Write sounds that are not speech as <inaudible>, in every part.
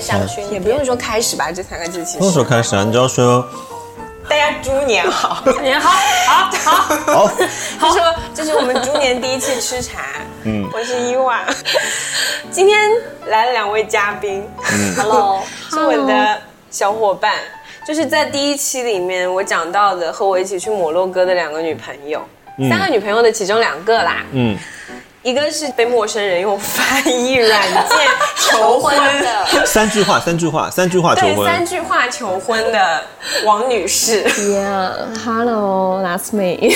香薰，嗯也不用说开始吧，这三个字其那时实候开始啊，你只要说大家猪年好，年好，好，好， <laughs> <laughs> 好，这是我这是我们猪年第一次吃茶，嗯我是伊万，今天来了两位嘉宾，嗯 Hello，是我的小伙伴，就是在第一期里面我讲到的和我一起去摩洛哥的两个女朋友，三个女朋友的其中两个啦，嗯，一个是被陌生人用翻译软件 <laughs> 求婚的，三句话，三句话，三句话求对，三婚，句话求婚的王女士， Yeah，Hello，That's me 。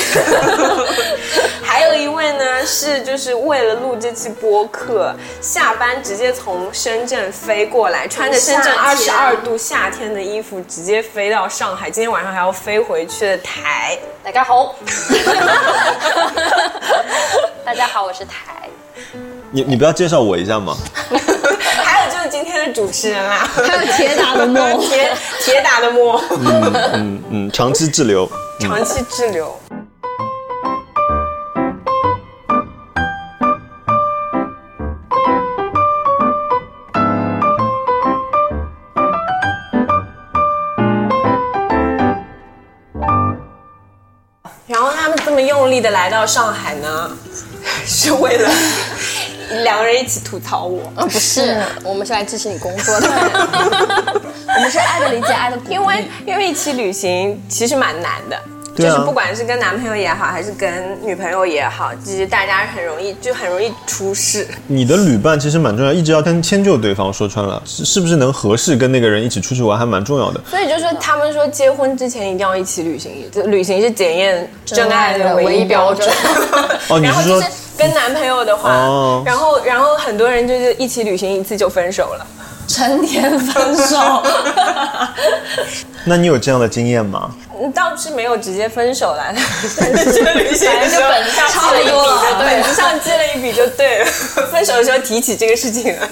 还有一位呢是就是为了录这期播客，下班直接从深圳飞过来，穿着深圳二夏十天二度夏天的衣服，直接飞到上海，今天晚上还要飞回去的台。 <laughs> 大家好， <laughs> 大家好，我是台，你你不要介绍我一下吗？还有就是今天的主持人啦，还有 <laughs> 铁打的梦铁铁打的摸，嗯嗯，长期滞留，长期滞留。然后他们这么用力的来到上海呢， <laughs> 是为了两个人一起吐槽我。啊，不是，我们是来支持你工作 <laughs> 的，我们是爱的理解，爱的鼓励因为因为一起旅行其实蛮难的。嗯对啊就是不管是跟男朋友也好，还是跟女朋友也好，其实大家很容易就很容易出 <laughs> 事。你的旅伴其实蛮重要，一直要迁迁就对方。说穿了，是是不是能合适跟那个人一起出去玩，还蛮重要的。所以就说他们说结婚之前一定要一起旅行，旅行是检验真爱的唯一标准。 <laughs> 哦你然是后说就是跟男朋友的话，哦然后然后很多人就是一起旅行一次就分手了。成年分 <laughs> 手。那你有这样的经验吗？嗯倒是没有直接分手 <laughs> 啦，去旅行的时候本子上差记了一笔就对了本子上记了一笔就对了。分手的时候提起这个事情了。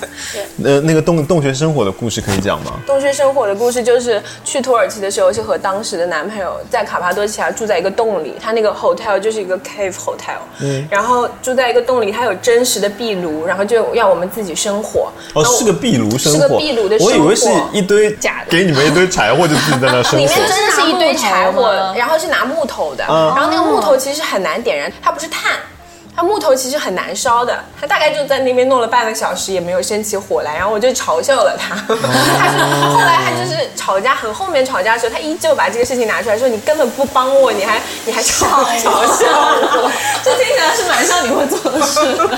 呃，那个洞洞穴生活的故事可以讲吗？洞穴生活的故事就是去土耳其的时候是和当时的男朋友在卡帕多奇亚住在一个洞里，他那个 hotel 就是一个 cave hotel，嗯，然后住在一个洞里，它有真实的壁炉，然后就要我们自己生火。哦，然后是个壁炉生活，是个壁炉的生活我以为是一堆假的给你们一堆柴火就自己在那生里面火。真的是一堆柴是拿木头火的吗，然后是拿木头的，嗯然后那个木头其实很难点燃，它不是炭。它木头其实很难烧的，他大概就在那边弄了半个小时，也没有生起火来。然后我就嘲笑了他，哦 <laughs> 他是后来他就是吵架，很后面吵架的时候，他依旧把这个事情拿出来说：“你根本不帮我，你还你还嘲嘲笑我。” <laughs> 这听起来是蛮像你会做的事。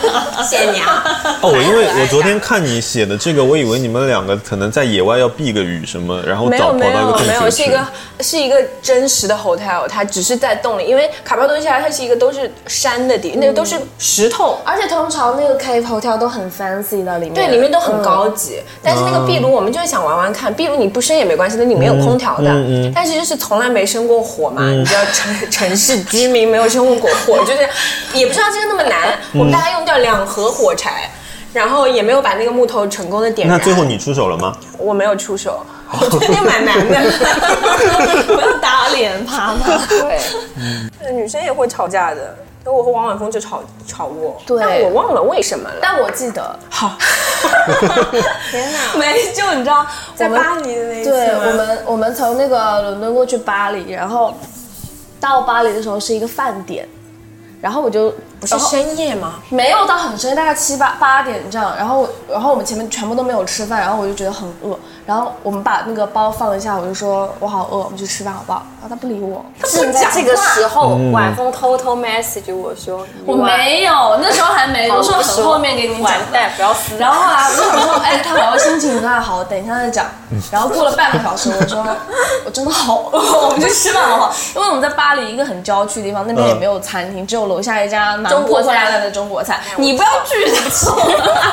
谢谢你啊！哦，我因为我昨天看你写的这个，我以为你们两个可能在野外要避个雨什么，然后没找有跑没到一个有洞没有，穴是去。一个是一个真实的 hotel，它只是在洞里，因为卡帕多西亚它是一个都是山的地，那个都是石头。嗯而且通常那个 cave hotel 都很 fancy 的，里面对，里面都很高级，嗯但是那个壁炉我们就是想玩玩看，壁炉你不生也没关系，那里面有空调的，嗯嗯嗯但是就是从来没生过火嘛，你知道城城市居民没有生过火，就是也不知道这个那么难，我们大概用掉两盒火柴，然后也没有把那个木头成功的点燃。 <laughs> 那最后你出手了吗？我没有出手， <laughs> 我觉得也蛮难的。不要打脸啪啪。对，嗯女生也会吵架的，就我和王婉峰就吵吵过，对但我忘了为什么了。但我记得，好，天 <laughs> 哪！没就你知道，在我们巴黎的那一次对吗我们，我们从那个伦敦过去巴黎，然后到巴黎的时候是一个饭点，然后我就不是深夜吗？没有到很深，大概七八八点这样。然后，然后我们前面全部都没有吃饭，然后我就觉得很饿。然后我们把那个包放一下，我就说我好饿，我们去吃饭好不好？然后他不理我，正在这个时候，晚风偷偷 message 嗯我说，我没有，那时候还没，好我说很后面给你讲完。蛋，不要啊撕。然后后来我就想说，哎，他好像心情不太好，等一下再讲。然后过了半个小时，我说 <laughs> 我真的好饿，我们去吃饭好不好？因为我们在巴黎一个很郊区的地方，那边也没有餐厅，只有楼下一家蛮破破烂烂的中国菜。你不要拒绝我。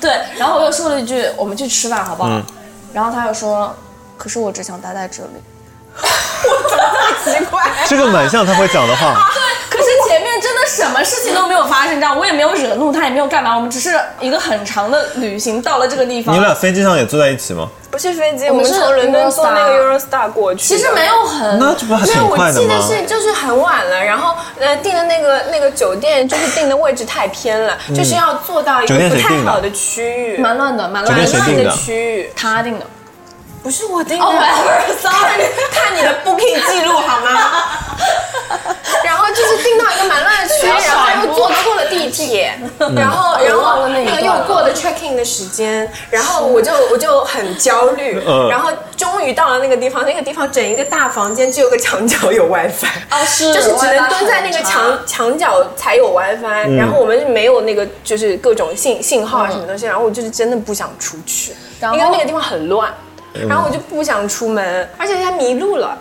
对，然后我又说了一句，我们去吃饭好不好？然后他又说，可是我只想待在这里。 <laughs> 奇怪，这个蛮像他会讲的话。 <laughs> 可是前面真的什么事情都没有发生，你知道，我也没有惹怒他，也没有干嘛，我们只是一个很长的旅行到了这个地方。 <laughs> 你们俩飞机上也坐在一起吗？不是飞机，我我们们是从伦敦坐那个 Eurostar 过去其的。实没有很，那这不还没挺有，我快的记得吗？是就是很晚了，然后呃订的那个那个酒店就是订的位置太偏了，就是要坐到一嗯酒个店不谁太订的好的区域，蛮乱的，蛮酒乱店很谁乱定的。的的区域。他定的，不是我订的。哦，whatever，sorry <laughs> 看你的 booking 记录好吗？ <laughs> 然后就是订到一个蛮乱的区，然后又坐错了地铁，嗯然后然后那个又过嗯了 check in 的时间，然后我就我就很焦虑嗯，然后终于到了那个地方，那个地方整一个大房间只有个墙角有 WiFi，哦嗯是就是只能蹲在那个墙墙角才有 WiFi，然嗯后我们没有那个就是各种信信号啊什么东西，然后我就是真的不想出去，因然为后那个地方很乱，嗯然后我就不想出门，而且他迷路了。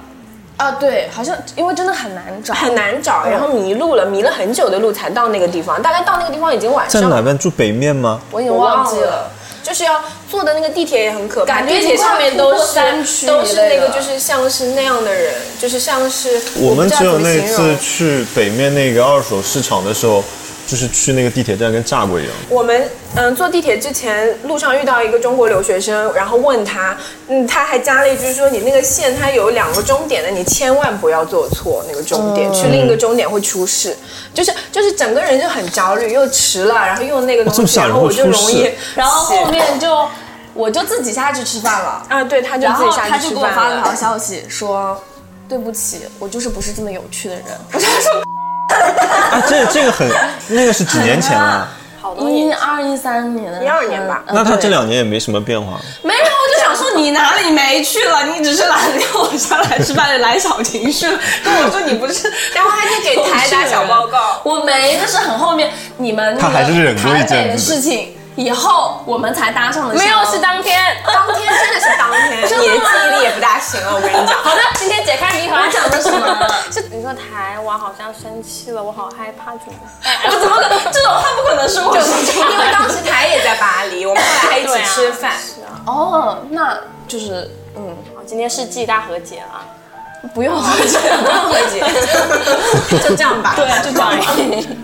啊，对，好像因为真的很难找，很难找，然后迷路了，迷了很久的路才到那个地方。大概到那个地方已经晚在上哪了，边住北面吗？我已我经忘忘记了。，就是要坐的那个地铁也很可怕，感觉地铁上面都你快是要突破山区都是一类那的个就是像是那样的人，就是像是我们不知道只有怎么那形容次去北面那个二手市场的时候，就是去那个地铁站跟炸 <laughs> 过一样。我们嗯坐地铁之前，路上遇到一个中国留学生，然后问他，嗯，他还加了一句说你那个线它有两个终点的，你千万不要坐错那个终嗯点，去另一个终点会出事。就是就是整个人就很焦虑，又迟了，然后又那个这东么西，吓人然后我会就出容易事， <laughs> 然后后面就我就自己下去吃饭了，啊，对，他就然自后己下他去就吃给我饭发了条了。消息说。对不起，我就是不是这么有趣的人。啊，这这个很，那个是几年前 <laughs> 了，一二一三年的， 12年吧嗯那他对这两年也没什么变化。没有，我就想说你哪里没去了？你只是懒得跟我下来吃饭，来小 <laughs> 情绪了，跟我说你不是。然后他就给台打小报告，我没，那是很后面你们那个他还是忍过一阵子的台北的事情以后，我们才搭上的。没有，是当天。当天 <laughs> 真的是当天，真的你的吗记忆力也不大行啊了，我跟 <laughs> 你讲。好的，今天解开谜团。我讲的什么？ <laughs> 是你说台，我好像生气了，我好害怕，怎么办？我怎么可能？ <laughs> 这种话不可能是我说因为的。当时台也在巴黎，我们后来还一对起啊吃 <laughs> 饭。是啊，哦，那就是嗯，好今天世纪大和解了，不用了，不用和 <laughs> 解，就这样吧。对，就这样。 <laughs>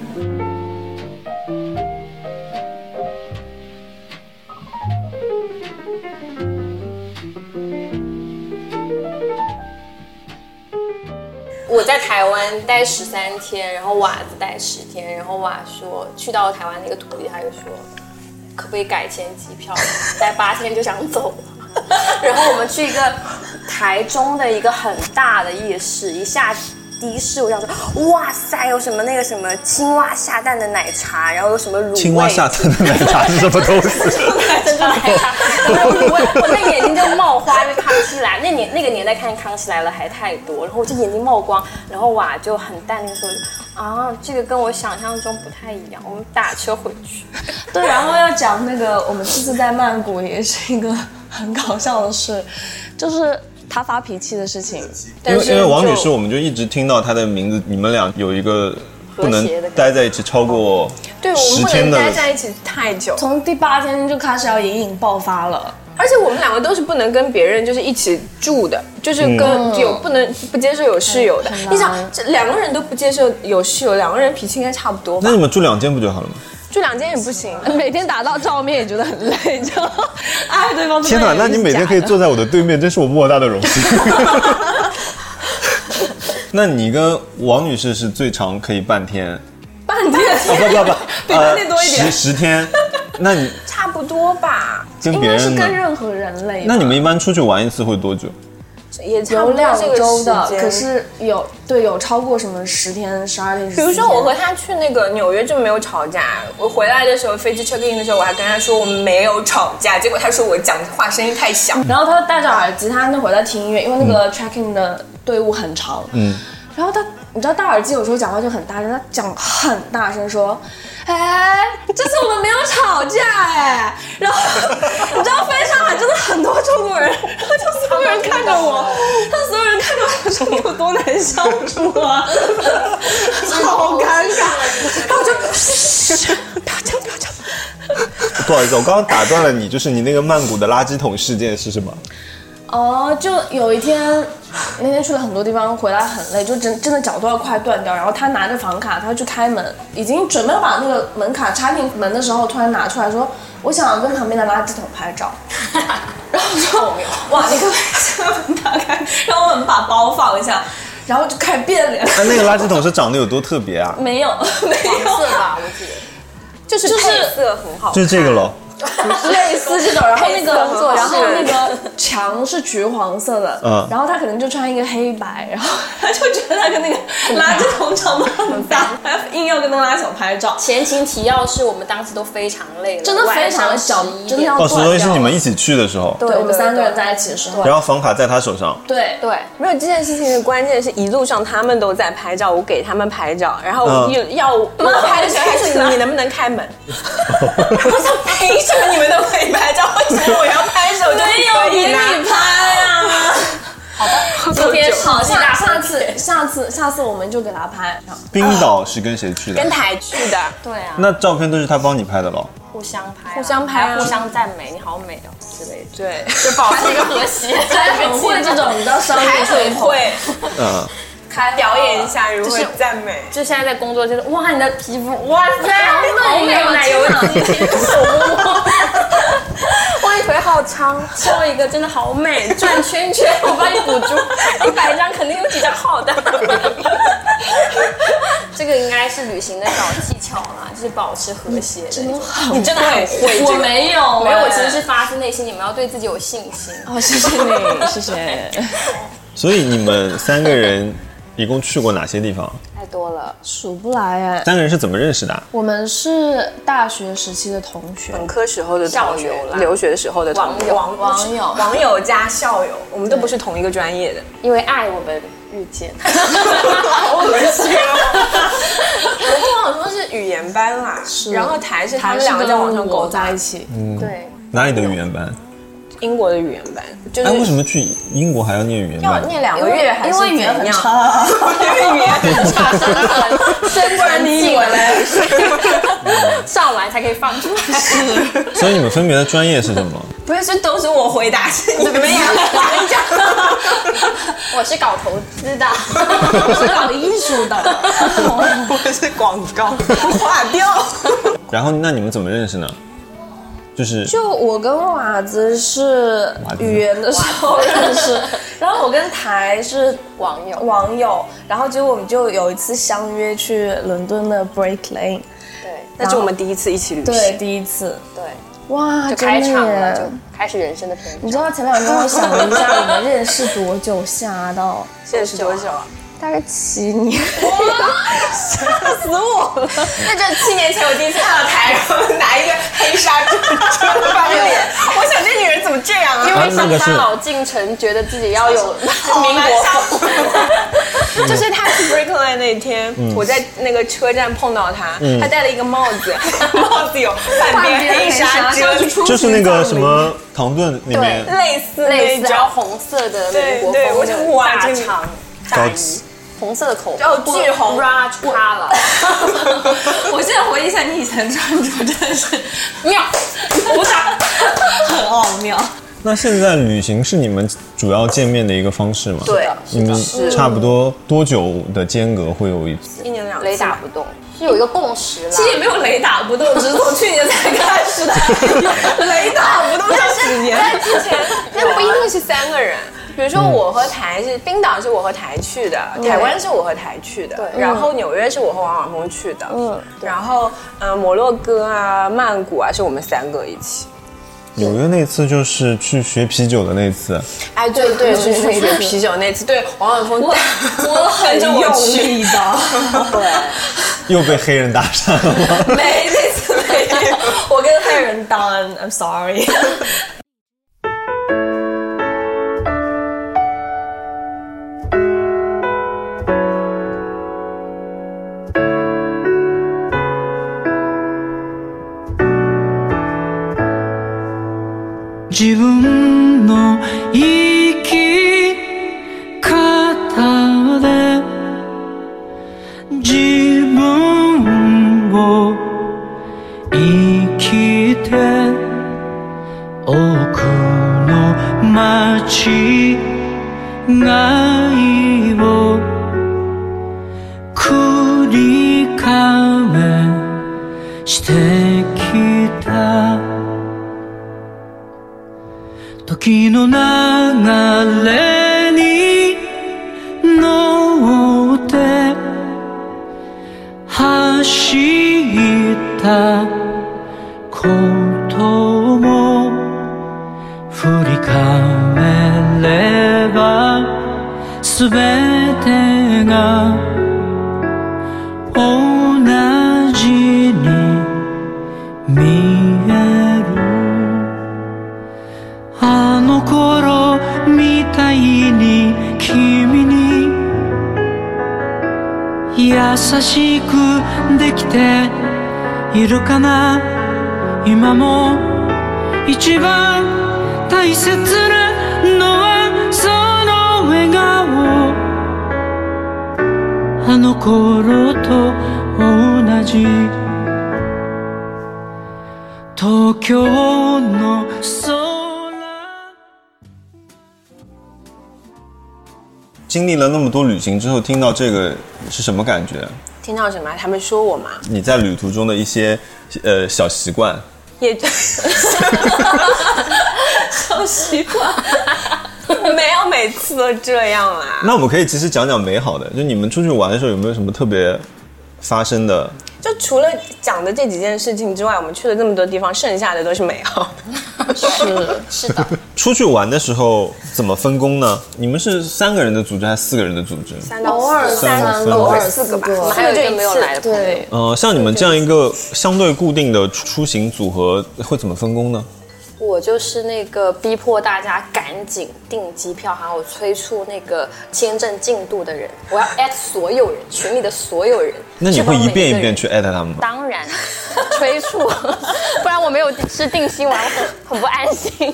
我在台湾待十三天，然后瓦子待十天，然后瓦说去到台湾那个土地，他就说可不可以改签机票，待八天就想走 <laughs> 了。然后我们去一个台中的一个很大的夜市，一下的士，我想说哇塞，有什么那个什么青蛙下蛋的奶茶，然后有什么卤味，青蛙下蛋的奶茶是什么 <laughs> 东西？ <laughs> <laughs> 真的害怕，我我那眼睛就冒花，因为康熙来那年那个年代看康熙来了还太多，然后我就眼睛冒光，然后哇就很淡定说啊，这个跟我想象中不太一样，我们打车回去。对，然后要讲那个，我们这次在曼谷也是一个很搞笑的事，就是他发脾气的事情。因但为是因为王就女士，我们就一直听到她的名字，你们俩有一个不能和谐的感觉待在一起超过对，我十们不天能的待在一起太久，从第八天就开始要隐隐爆发了，而且我们两个都是不能跟别人就是一起住的，就是跟有不能不接受有室友的很。难你想，这两个人都不接受有室友，两个人脾气应该差不多吧那？你们住两间不就好了吗？住两间也不行。 <laughs> 每天打到照面也觉得很累，就爱对方。天哪，那你每天可以坐在我的对面，真是我莫大的荣幸。 <laughs> 那你跟王女士是最长可以半天，半天，哦不不不， <laughs> 比半天多一点呃、十十 <laughs> 天。那你差不多吧，跟应别该是人呢跟？任何人类吧。那你们一般出去玩一次会多久？也差有不多两这个周的时，间可是有对有超过什么十天、十二天。比如说， 14我天和他去那个纽约就没有吵架。我回来的时候，飞机 check in 的时候，我还跟他说我们没有吵架，结果他说我讲话声音太小。然后他戴着耳机，他那会儿在听音乐，因为那个 tracking 的队伍很长。嗯。然后他，你知道戴耳机有时候讲话就很大声，他讲很大声说：“哎，这次我们没有吵架哎。”然后你知道飞上海真的很多中国人，然后就所有人看着我，他所有人看着我说你有多难相处啊， <laughs> 好尴尬。 <laughs> 然后我就不要这样，不要这样。不好意思，我刚刚打断了你，就是你那个曼谷的垃圾桶事件是什么？哦，就有一天，那天去了很多地方，回来很累，就真真的脚都要快断掉。然后他拿着房卡，他要去开门，已经准备要把那个门卡插进门的时候，突然拿出来说：“我想要跟旁边的垃圾桶拍照。”然后我说哇，你可不可以把门打开，让我们把包放一下，然后就开始变脸，哎，那个垃圾桶是长得有多特别啊？没有没黄有色，吧，我记得就是就是配色很好，就是这个喽。 <laughs> 类似这种，然后那个黑色工作室然后那个墙是橘黄色的，嗯然后他可能就穿一个黑白，然后他就觉得他跟那个垃圾桶长得很搭，还硬要跟那个垃圾桶拍照，前情提要是我们当时都非常累了，真的非常的小小，，真的要哦，断所以是掉你们了一起去的时候，对我们对三个人对在一起的时候，然后房卡在他手上，对对，没有这件事情的关键是一路上他们都在拍照，我给他们拍照，然后嗯又要我拍的时候还是你能不能开门？我想凭什么你们都可以拍照，为什么我要拍手就不可以呢？拍啊！今天是好，下大下次下次下次我们就给他拍。然后冰岛是跟谁去的跟？台去的，对啊，那照片都是他帮你拍的喽。互相拍啊，互相拍啊还互相赞美，你好美哦之类的，对，就保持一个和谐。他很会这种，你知道商业开社会会嗯，开表演一，下，如何就是赞美？就现在在工作就是哇，你的皮肤哇塞，好美哦好美哦，奶油肌， <laughs> 我一腿好长，搓一个真的好美，转圈圈，我帮你补足， <laughs> 一百张肯定有几张好的。 <laughs> 这个应该是旅行的小技巧啦，就是保持和谐的那种。你真的很会我没有，啊 <laughs> 没有，我其实是是发自内心，你们要对自己有信心。哦，谢谢你，谢谢。所以你们三个人一共去过哪些地方？太多了，数不来哎，三个人是怎么认识的啊？我们是大学时期的同学，本科时候的校同学友啦，留学的时候的同网学友网网友网友加校友，我们都不是同一个专业的。因为爱我们遇见。 <laughs> 好恶心哦！我跟网说是语言班啦，然后台是他们两个在网上狗狗在在一起，对，哪里的语言班？英国的语言班，就哎，为是什么去英国还要念语言呃要班？念两个 <laughs> 月还是怎样？差。 <laughs> 因为语言很差，生然你哎以为嘞？ <laughs> <laughs> 上完才可以放出来。所以你们分别的专业是什么？不是，是都是我回答，是你们 <laughs> 呀？我是搞投资的，我是搞艺术的，我是广告，划掉。然后那你们怎么认识呢？就是就我跟瓦子是瓦子语言的时候认识，然后我跟台是网友网友，然后结果我们就有一次相约去伦敦的 Break Lane，对那是我们第一次一起旅对，行，第一次，对，哇，就开真场的耶了，就开始人生的篇章。你知道前两天我想了一下，我们认识多久，吓到认识多久啊？大概七年，吓死我了。那就七年前我第一次看到台，然后拿一个黑纱遮遮住半个脸， <laughs> 我想这女人怎么这样啊？因啊为那像个他是老进城，觉得自己要有 <laughs> 民国风，风。就是他去 Breakline 那天，我在那个车站碰到他，他戴了一个帽子， <laughs> 帽子有半边黑 <laughs> 纱遮住，就是那个什么唐顿里面类似类似那然后种。红色的民对国对，我想风的哇，大这个长高大级衣，红色的口哦巨红 bra 叉了， <laughs> 我现在回忆一下，你以前穿着真的是妙，鼓掌。很奥妙。那现在旅行是你们主要见面的一个方式吗？对你们差不多多久的间隔会有一次？一年两次雷打不动，是有一个共识啦其。实也没有雷打不动，只是从去年才开 <laughs> 始的。雷打不动但是在之前，那不一定是三个人。比如说我和台是冰岛是我和台去的，嗯台湾是我和台去的，对然后纽约是我和王网红去的，嗯嗯，然后呃摩洛哥啊、曼谷啊是我们三个一起。纽约那次就是去学啤酒的那次，哎，对对，对是去对学啤酒那次，对王永 <laughs> 峰，我很跟着我用去，力的，又被黑人搭讪了吗？没那次没有，我跟黑人当，I'm <laughs> sorry。自分の生き方で自分を生きて多くの間違いを繰り返してきた時すべてが同じに見えるあの頃みたいに君に優しくできているかな今も一番大切なのはその笑顔あの頃と同じ東京の空经历了那么多旅行之后，听到这个是什么感觉？听到什么？他们说我吗？你在旅途中的一些呃小习惯，也好习惯，没有每次都这样啦。那我们可以其实讲讲美好的，就你们出去玩的时候有没有什么特别发生的？就除了讲的这几件事情之外，我们去了这么多地方，剩下的都是美好。 <laughs> 是是的，出去玩的时候怎么分工呢？你们是三个人的组织还是四个人的组织？三偶尔三个偶尔四四个个吧，我们还有四个这一没有次来的朋友对，呃，像你们这样一个相对固定的出出行组合会怎么分工呢？我就是那个逼迫大家赶紧订机票，还有催促那个签证进度的人。我要 at 所有人，群里的所有人。那你会一遍一遍去去艾特他们吗？帮每个人？当然，催促， <laughs> 不然我没有吃定心丸，我很很不安心。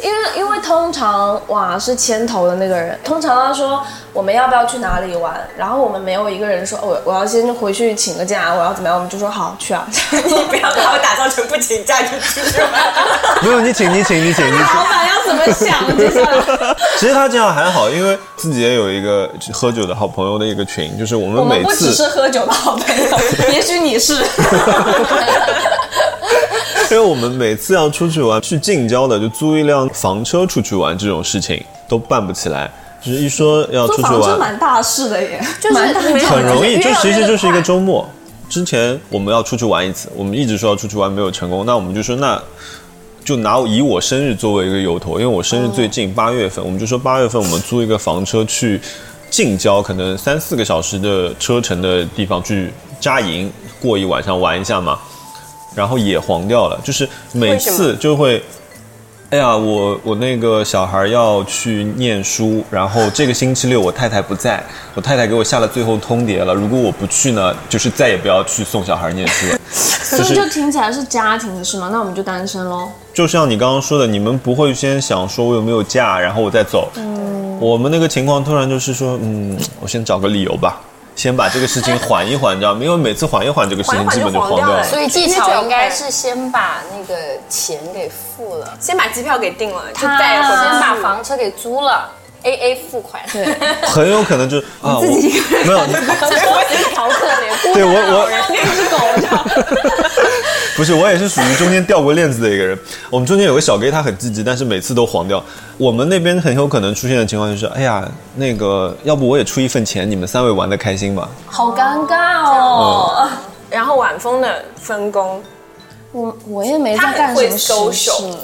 因为因为通常哇是牵头的那个人，通常他说我们要不要去哪里玩，然后我们没有一个人说哦我我要先回去请个假，我要怎么样，我们就说好去啊。 <laughs> 你 <laughs> 不要把我打造成不请假就出去玩。不用，你请，你请，你请，你请。老板要怎么想？接下来其实他这样还好，因为自己也有一个喝酒的好朋友的一个群，就是我我们们每不只是次，喝酒的好朋友， <laughs> 也许你是。 <laughs> 因为我们每次要出去玩，去近郊的就租一辆房车出去玩，这种事情都办不起来。就是一说要出去租房车玩，蛮大事的 <laughs> 耶，就是蛮大没有很事。容易，就是越就其来实越就是一个快周末。之前我们要出去玩一次，我们一直说要出去玩，没有成功。那我们就说，那就拿以我生日作为一个由头，因为我生日最嗯近八月份，我们就说八月份我们租一个房车去近郊，可能三四个小时的车程的地方去扎营过一晚上玩一下嘛。然后也黄掉了，就是每次就会。哎呀，我我那个小孩要去念书，然后这个星期六我太太不在，我太太给我下了最后通牒了，如果我不去呢，就是再也不要去送小孩念书 <laughs> 了。所以就听起来是家庭的事嘛，那我们就单身喽。就像你刚刚说的，你们不会先想说我有没有假，然后我再走。嗯我们那个情况突然就是说，嗯，我先找个理由吧，先把这个事情缓一缓，你知道吗？因为每次缓一缓，这个事缓情一缓基本就黄黄掉了了。所以技巧应该是先把那个钱给付了， <laughs> 先把机票给定了，就再带啊先回去把 <laughs> 房车给租了，A A 付款。 <laughs> 对，很有可能就啊，我 <laughs> 没有，好可 <laughs> 怜。对我我不是，我也是属于中间掉过链子的一个人。我们中间有个小 gay，他很积极，但是每次都黄掉。我们那边很有可能出现的情况就是，哎呀，那个，要不我也出一份钱，你们三位玩的开心吧。好尴尬哦， <laughs> 然后晚风的分工我我也没在干什么他很实会事。 social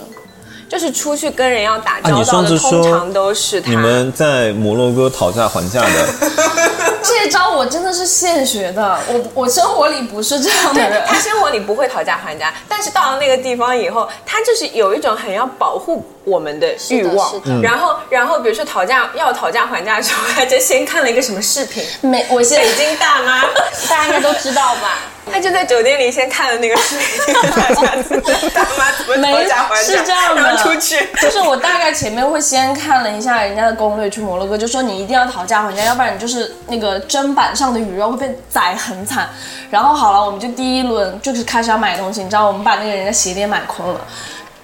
就是出去跟人要打啊，你交道上的，次通说常都是他。你们在摩洛哥讨价还价的， <laughs> <laughs> 这招我真的是现学的，我我生活里不是这样的对人。他生活里不会讨价还价，但是到了那个地方以后，他就是有一种很要保护我们的欲望是的是。的然后，然后比如说讨价要讨价还价的时候，他就先看了一个什么视频， <laughs> 没，我现北京大 <laughs> 妈，大家应该都知道吧？他就在酒店里先看了那个视频，大家怎么大妈怎么讨价还价，是这样的，然后出去。就是我大概前面会先看了一下人家的攻略去摩洛哥，就说你一定要讨价还价，要不然你就是那个砧板上的鱼肉会被宰很惨。然后好了，我们就第一轮就是开始要买东西，你知道我们把那个人的鞋垫买空了，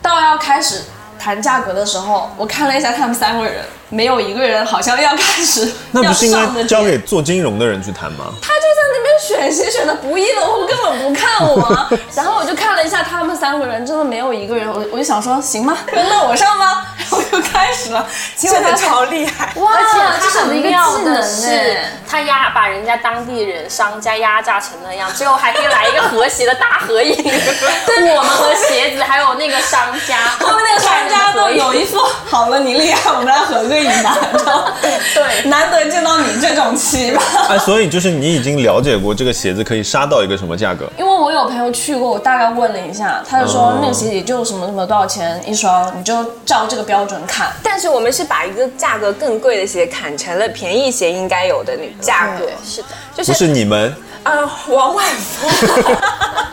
到要开始。谈价格的时候，我看了一下他们三个人，没有一个人好像要开始那不是应要上的该点交给做金融的人去谈吗？他就在那边选鞋选的不亦乐乎，根本不看我啊。 <laughs> 然后我就看了一下他们三个人，真的没有一个人，我我就想 <laughs> 说行吧，那我上吧，然后我就开始了。结果真的他超厉害，哇，而且他就是巧的一个妙技的能是哎，他压把人家当地人商家压榨成那样，最后还可以来一个和谐的大合 <laughs> 影。 <laughs> 对，我们和鞋子还有那个商 <laughs> 家，后面那个商家都有一副好了，你厉害，我们来合个影 <laughs> 吧。然后对难得见到你这种奇葩。哎，所以就是你已经了解过这个鞋子可以杀到一个什么价格？ <laughs> 因为我有朋友去过，我大概问了一下，他就说那个鞋也就什么什么多少钱一双，你就照这个标准看。但是我们是把一个价格更贵的鞋砍成了便宜鞋应该有的那个价格，是的，就是不是你们，呃王婉 <laughs> 峰， <laughs>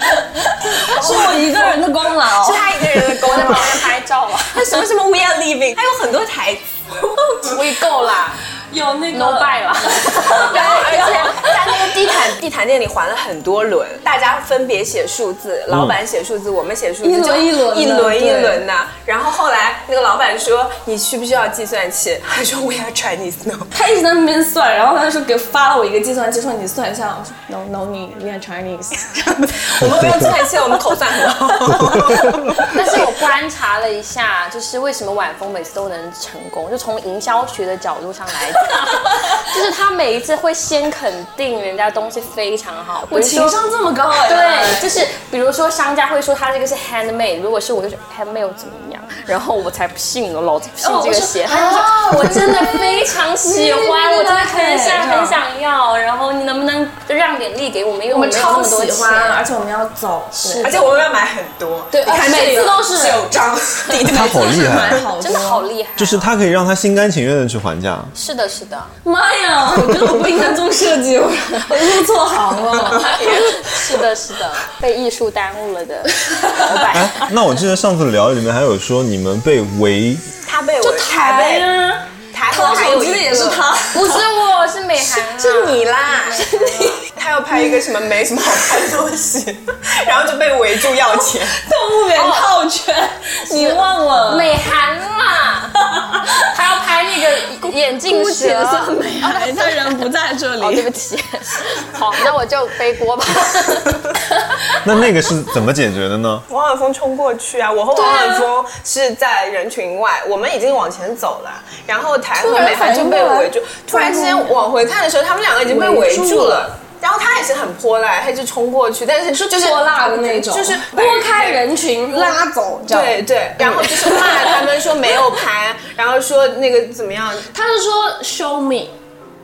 是我一个人的功劳是。他一个人的功我在劳旁。边拍照啊， <laughs> 他什么什么 We are leaving，还有很多台词。 <laughs> 我也够啦 <laughs> 有那个，no buy 了。然后，而且在那个地毯地毯店里还了很多轮，大家分别写数字，老板写数字，我们写数字，一轮就一轮的一轮一对轮的。然后后来那个老板说：“你需不需要计算器？” <laughs> 他说：“We are Chinese <laughs> no。他一哎直在那边算，然后他就说给发了我一个计算器，说你算一下。我说 No No need, we are Chinese。我们不用计算器，我们口算很好。 <laughs> <laughs> 但是我观察了一下，就是为什么晚风每次都能成功，就从营销学的角度上来 <laughs> 讲，就是他每一次会先肯定人家东西非常好，比我如情说。商这么高哎、对，就是比如说商家会说他这个是 handmade，如果是我就是 handmade 怎么样，然后我才不信呢，老子不信这个鞋。哦我他就说我真 <laughs> 的非常喜欢，我真的很想对很想要，然后你能不能让点力给我们，因为我我们们没有那超么多喜钱。欢，而且我们要走，哎是而且我们要买很多，对你看而且这每个次都是九 <laughs> 张地毯。他好厉害，买好真的好厉害，啊就是他可以让他心甘情愿的去还价。是的，是的，妈呀！我觉得我不应该做设计，我我入错行 <laughs> 了。是的，是的，被艺术耽误了的老板。哎，那我记得上次聊里面还有说你们被围，他被我就台台北啊，台掏我还手有机的一也个是他， <laughs> 嗯不是我，是美涵、<laughs> 啊，是你啦，是 <laughs> 你。他要拍一个什么没什么好看的东西，然后就被围住要钱。动物园套圈，你忘了？美涵啦，他要拍那个眼 <laughs> 镜蛇。啊美涵，他人不在这哦，对。不起，好，那我就背锅吧。那那个是怎么解决的呢？王尔峰冲过去啊！我和王尔峰是在人群外，我们已经往前走了，然后台和美涵就被围住。突然之间往回看的时候，他们两个已经被围围住住了。然后他也是很泼辣，他就冲过去，但是就是泼辣的那种，就是拨开人群 <laughs> 拉走，这样。对对，然后就是骂他们说没有拍，然后说那个怎么样，他是说 show me，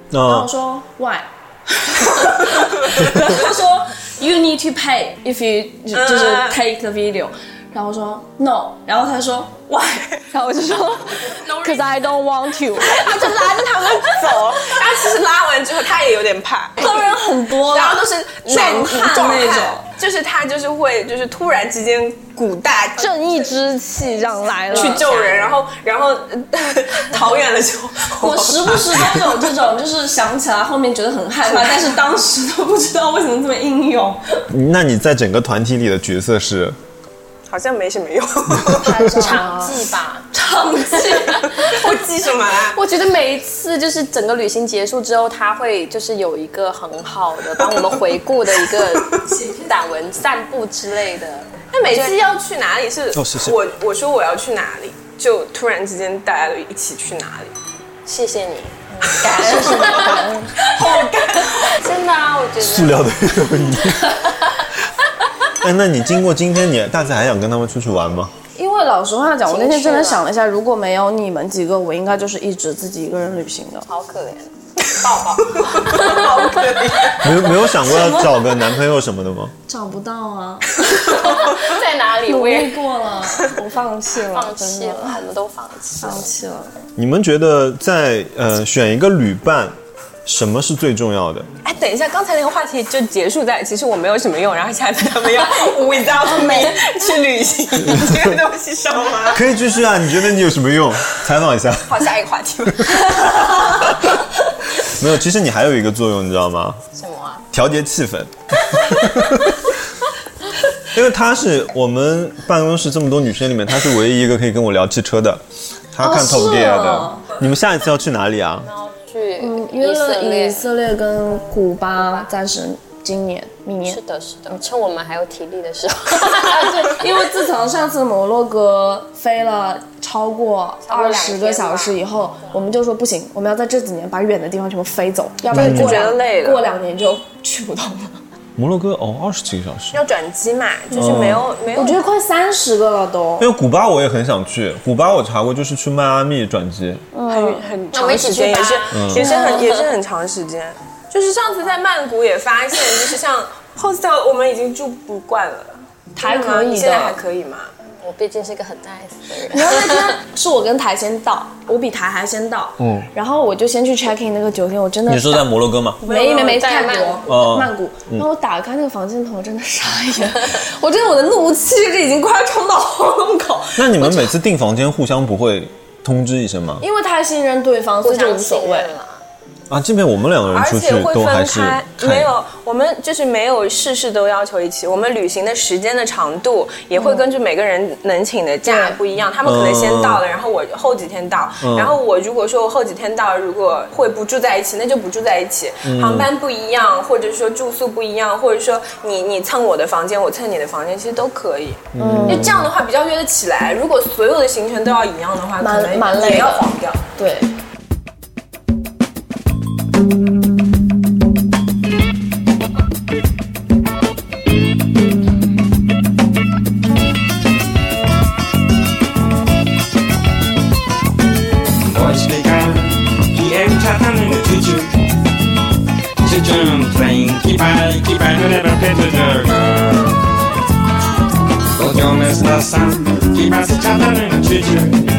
然后啊，说 why，然后说 you need to pay if you 就就是 take the video，然后我说 no，然后他说 why，然后我就 <laughs> 说 cause I don't want you，他就拉着他们走。然后其实拉完之后，他也有点怕。当 <laughs> 然很多然后了都是男壮汉壮那种就是他就是会就是突然之间鼓大正义之气这样来了，去救呃人，然后然 <laughs> 后呃逃远了之 <laughs> 后，我时不时都有这种，就是想起来后面觉得很害怕，但是当时都不知道为什么这么英勇。那你在整个团体里的角色是？好像没什么 <laughs> 用，场记吧，场记，我记什么啊啦？我觉得每一次就是整个旅行结束之后，他会就是有一个很好的帮我们回顾的一个散文散步之类的。那每次要去哪里是哦是是我我说我要去哪里，就突然之间大家都一起去哪里。谢谢你，感恩， <laughs> 真的啊，我觉塑得料的友谊。 <laughs> 哎，那你经过今天，你大致还想跟他们出去玩吗？因为老实话讲，我那天真的想了一下，如果没有你们几个，我应该就是一直自己一个人旅行的。好可怜，抱抱。好可怜没有没有想过要找个男朋友什么的吗？找不到啊， <laughs> 在哪里？努我 <laughs> 力也过了，我放弃了，放真弃的了，我们都放弃了放。弃了。你们觉得在呃选一个旅伴，什么是最重要的？哎，等一下，刚才那个话题就结束在，其实我没有什么用，然后下次他们要 <laughs> without me <laughs> 去旅 <laughs> 行，这个东西上吗？可以继续啊，你觉得你有什么用？采访一下。好，下一个话题吧。没有，其实你还有一个作用，你知道吗？什么啊？调节气氛。因为她是我们办公室这么多女生里面，她是唯一一个可以跟我聊汽车的，她看哦 Top Gear 是的。哦你们下一次要去哪里啊？然后去嗯约以色了以列。色列跟古巴，暂时今年、明年 <laughs> 是。的，是的，嗯趁我们还有体力的 <laughs> 时候。对，因为自从上次摩洛哥飞了超过二十个小时以后，我们就说不行，我们要在这几年把远的地方全部飞走，要不然嗯过就觉得两累了过两年就去不到了。摩洛哥哦，二十几个小时。要转机嘛，就是没有、没有。我觉得快三十个了都因。为古巴我也很想去，古巴我查过，就是去迈阿密转机。很很我们长一起时间，去也是也吧是很也是很长时间。嗯就是上次在曼谷也发现，就是像 hostel 我们已经住不惯了，还可以的你现在还可以吗？我毕竟是个很 nice 的人。然后那天是我跟台先到，我比台还先到，嗯，然后我就先去 check in 那个酒店，我真的你说在摩洛哥吗？没没没在泰曼国哦曼谷，然后我打开那个房间的头，我真的傻眼， <laughs> 我真的我的怒气就已经快要冲到喉咙口，那你们每次订房间互相不会通知一声吗？因为太信任对方，所互以就相无所信谓任。了，啊，这边我们两个人而出且去会都还分是开，看没有，我们就是没有事事都要求一起，我们旅行的时间的长度也会根据每个人能请的假嗯对不一样，他们可能先嗯到了，然后我后几天到，然后我如果说我后几天到，如果会不住在一起，那就不住在一起，嗯航班不一样，或者说住宿不一样，或者说你你蹭我的房间，我蹭你的房间，其实都可以，嗯，就这样的话比较约得起来。如果所有的行程都要一样的话，蛮可能蛮累的也要黄掉。对， Voice began, he entered and in the tutu. Children playing, keep eye, keep eye, no never pay to the girl. Go Gomez the sun, keep eye, sit down and in the tutu.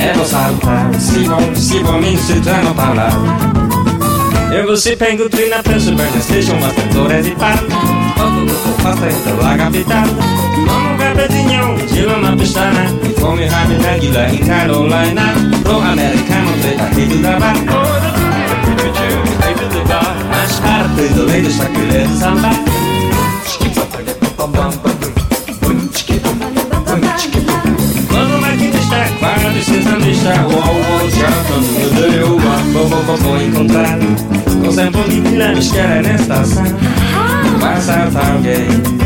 Ever salta, si bon, si bon, in si trano parla. Ever si pengo tu in a presso per la station, ma per dore di pan. Poco dopo pasta in la capitale. Mamo capetignolo, giro una pistana. Informi Jaime Dracula in Carolina. Pro americano, beta hit the bar. Oh, the hit the bar. Más parte do leito, sacudir samba. Quando o Marquinhos está, para a princesa está O alvo já quando me deu uma bobo vou, vou encontrar Com sempre um me tira, me esquece na estação Mas a alguém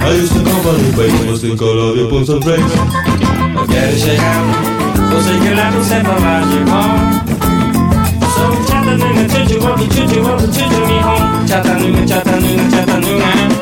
I used to come from Spain, but still call up your boots and friends Eu quero chegar, eu sei que lá não sei falar de bom Sou um Chattanooga, Chuchuwampa, Chuchuwampa, Chuchuwampa Chattanooga, Chattanooga, Chattanooga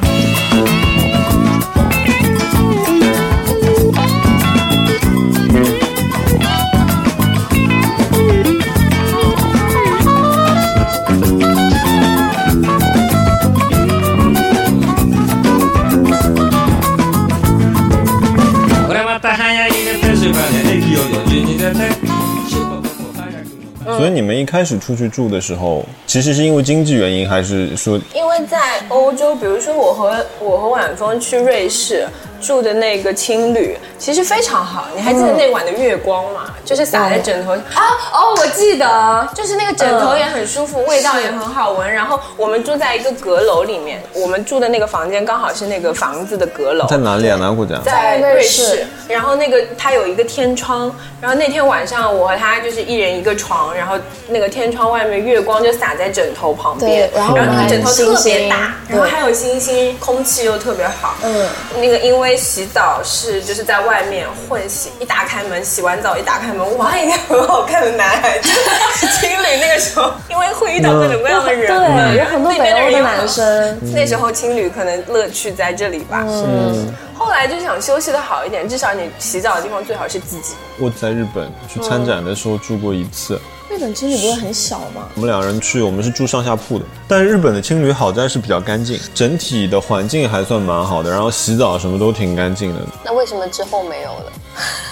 Grama tá raia e defende, vale a que eu dou de nidete. Chupa, popo, raia, que não 所以你们一开始出去住的时候，其实是因为经济原因，还是说因为在欧洲，比如说我和我和晚风去瑞士住的那个青旅，其实非常好。你还记得那晚的月光吗？就是洒在枕头上，啊哦，我记得，就是那个枕头也很舒服，味道也很好闻。然后我们住在一个阁楼里面，我们住的那个房间刚好是那个房子的阁楼。在哪里啊？哪个国家？在瑞瑞士士，然后那个它有一个天窗，然后那天晚上我和他就是一人一个床，然后那个天窗外面月光就洒在枕头旁边，对然后我们那还个枕头有特星别星大，对然后还有星星，空气又特别好。嗯嗯，那个因为洗澡是就是在外面混洗，一打开门洗完澡一打开门，哇，一个很好看的男孩子， <laughs> 情侣那个时候，因为会遇到各种各样的人嘛， <laughs> 对，有很多那北边欧人的又很男生，那时候青旅可能乐趣在这里吧。嗯。后来就想休息的好一点，至少你洗澡的地方最好是自己。我在日本去参展的时候住过一次，日本青旅不是很小吗？我们两人去，我们是住上下铺的。但日本的青旅好在是比较干净，整体的环境还算蛮好的，然后洗澡什么都挺干净的。那为什么之后没有了？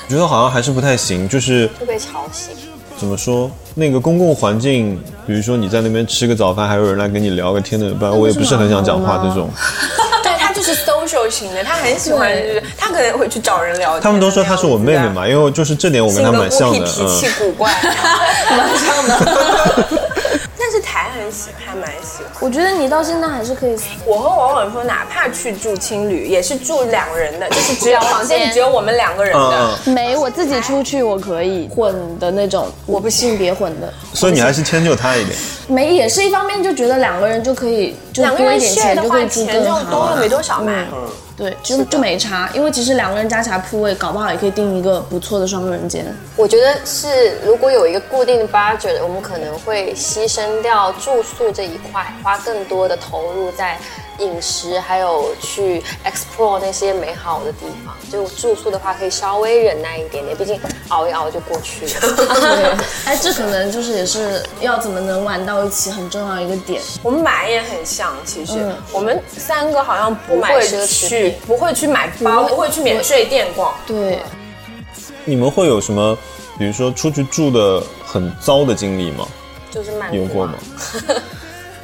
觉得好像还是不太行，就是就被吵醒。怎么说那个公共环境，比如说你在那边吃个早饭，还有人来跟你聊个天的，不然我也不是很想讲话这种。 <laughs> 对他就是 social 型的，他很喜欢，就是他可能会去找人聊天。他们都说她是我妹妹嘛，因为就是这点我这样跟她子啊， <laughs> 性蛮格像嗯孤僻，<laughs> <laughs> 的，脾嗯气。古怪，蛮像的。但是台很喜还蛮喜欢。我觉得你到现在还是可以，我和王婉峰哪怕去住青旅，也是住两人的，就是只有房间里只有我们两个人嗯的。没，我自己出去我可以混的那种，我不性别混的，所以你还是迁就他一点。没也是一方面就觉得两个人就可以就两个多一人点 share 钱的就话可以，住钱更就多好了，没多少嘛。对，就就没差，因为其实两个人加起来铺位，搞不好也可以订一个不错的双人间。我觉得是，如果有一个固定的 budget，我们可能会牺牲掉住宿这一块，花更多的投入在饮食，还有去 explore 那些美好的地方。就住宿的话，可以稍微忍耐一点点，毕竟熬一熬就过去对了。，哎，这可能就是也是要怎么能玩到一起很重要一个点。我们买也很像，其实、嗯我们三个好像不不会会奢侈去品，不会去买包，不会去免税店逛。对，你们会有什么，比如说出去住的很糟的经历吗？就是曼谷啊有过吗？？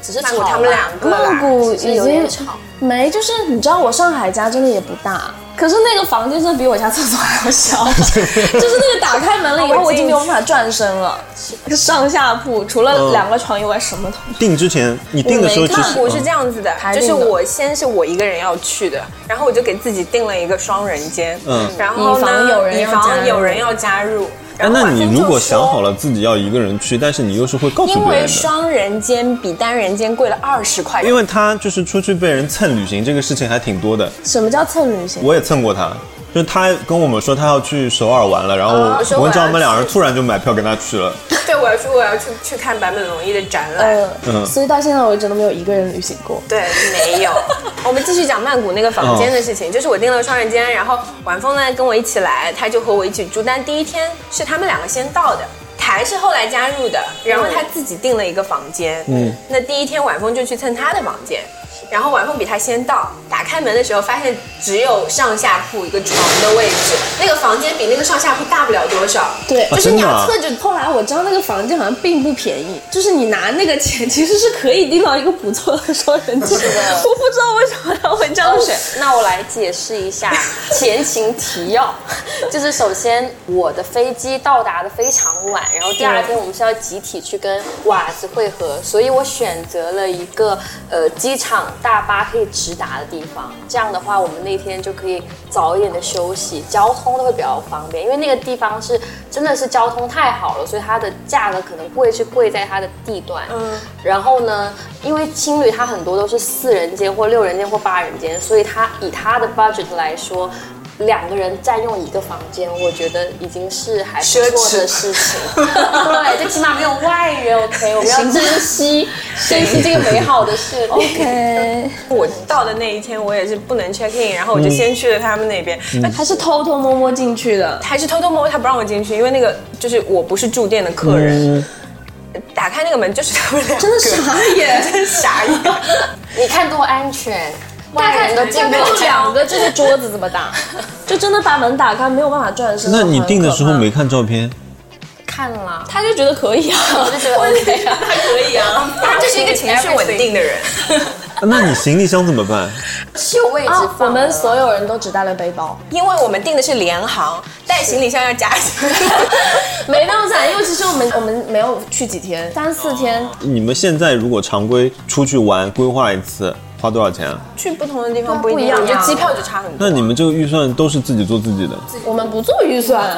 只是曼谷吵他们吧两个啦曼谷已只是有经点吵。没，就是你知道我上海家真的也不大，可是那个房间真的比我家厕所还要小，就是那个打开门了以后我已经没有办法转身了，上下铺除了两个床以外什么都没有。订之前你订的时候其曼实谷是这嗯样子的，排就定是的我先是我一个人要去的，然后我就给自己定了一个双人间，嗯然后以呢，防有人以要加防入有人要加入。哎然后那晚你上如就说果想好了自己要一个人去，但是你又是会告诉因别为人的，双人间比单人间贵了二十块，因为他就是出去被人蹭旅行这个事情还挺多的，什么叫蹭旅行？我也蹭过他。就是他跟我们说他要去首尔玩了，然后哦首尔我跟张我们两人要去突然就买票跟他去了。对我要去我要去去看坂本龙一的展览。呃，嗯所以到现在为止都没有一个人旅行过。对，没 <laughs> 有。我们继续讲曼谷那个房间的事情，就是我订了个双人间，然后晚风呢跟我一起来，他就和我一起住，但第一天是他们两个先到的。台是后来加入的，然后他自己订了一个房间。嗯，那第一天晚风就去蹭他的房间，然后晚风比他先到，打开门的时候发现只有上下铺一个床的位置，那个房间比那个上下铺大不了多少。对，啊就是你真的要啊测就。后来我知道那个房间好像并不便宜，就是你拿那个钱其实是可以订到一个不错的双人间。我不知道为什么他会这样选。哦那我来解释一 <laughs> 下前情提要，就是首先我的飞机到达的非常晚，然后第二天我们是要集体去跟瓦子会合，所以我选择了一个呃机场大巴可以直达的地方。这样的话，我们那天就可以早一点的休息，交通都会比较方便，因为那个地方是真的是交通太好了，所以它的价格可能贵是贵在它的地段。嗯，然后呢，因为青旅它很多都是四人间或六人间或八人间，所以它以它的 budget 来说。两个人占用一个房间，我觉得已经是还不错的事情。 <laughs> 对，最起码 <laughs> 没有外人。OK，我们要珍惜珍惜这个美好的事。 OK，我到的那一天，我也是不能 check in，然后我就先去了他们那边。那他是偷偷摸摸进去的。呃还是偷偷摸摸，他不让我进去，因为那个就是我不是住店的客人。打开那个门就是他们俩，真的傻眼真傻眼。你看多安全，大外概人都进大不概就了。两个这个桌子这么大，就真的把门打开没有办法转身。那你订的时候很可怕没看照片？看了，他就觉得可以啊，我就觉得 OK 啊。可以啊，他就是一个情绪稳定的人。啊 <laughs> 那你行李箱怎么办？有位置啊，我放们了所有人都只带了背包，因为我们订的是联航，带行李箱要加钱。 <laughs> 没那么惨，因为其实我们我们没有去几天，三哦四天，你们现在如果常规出去玩，规划一次花多少钱啊？去不同的地方不一样我觉得机票就差很多。那你们这个预算都是自己做自 <laughs> 己的，啊我们不做预算，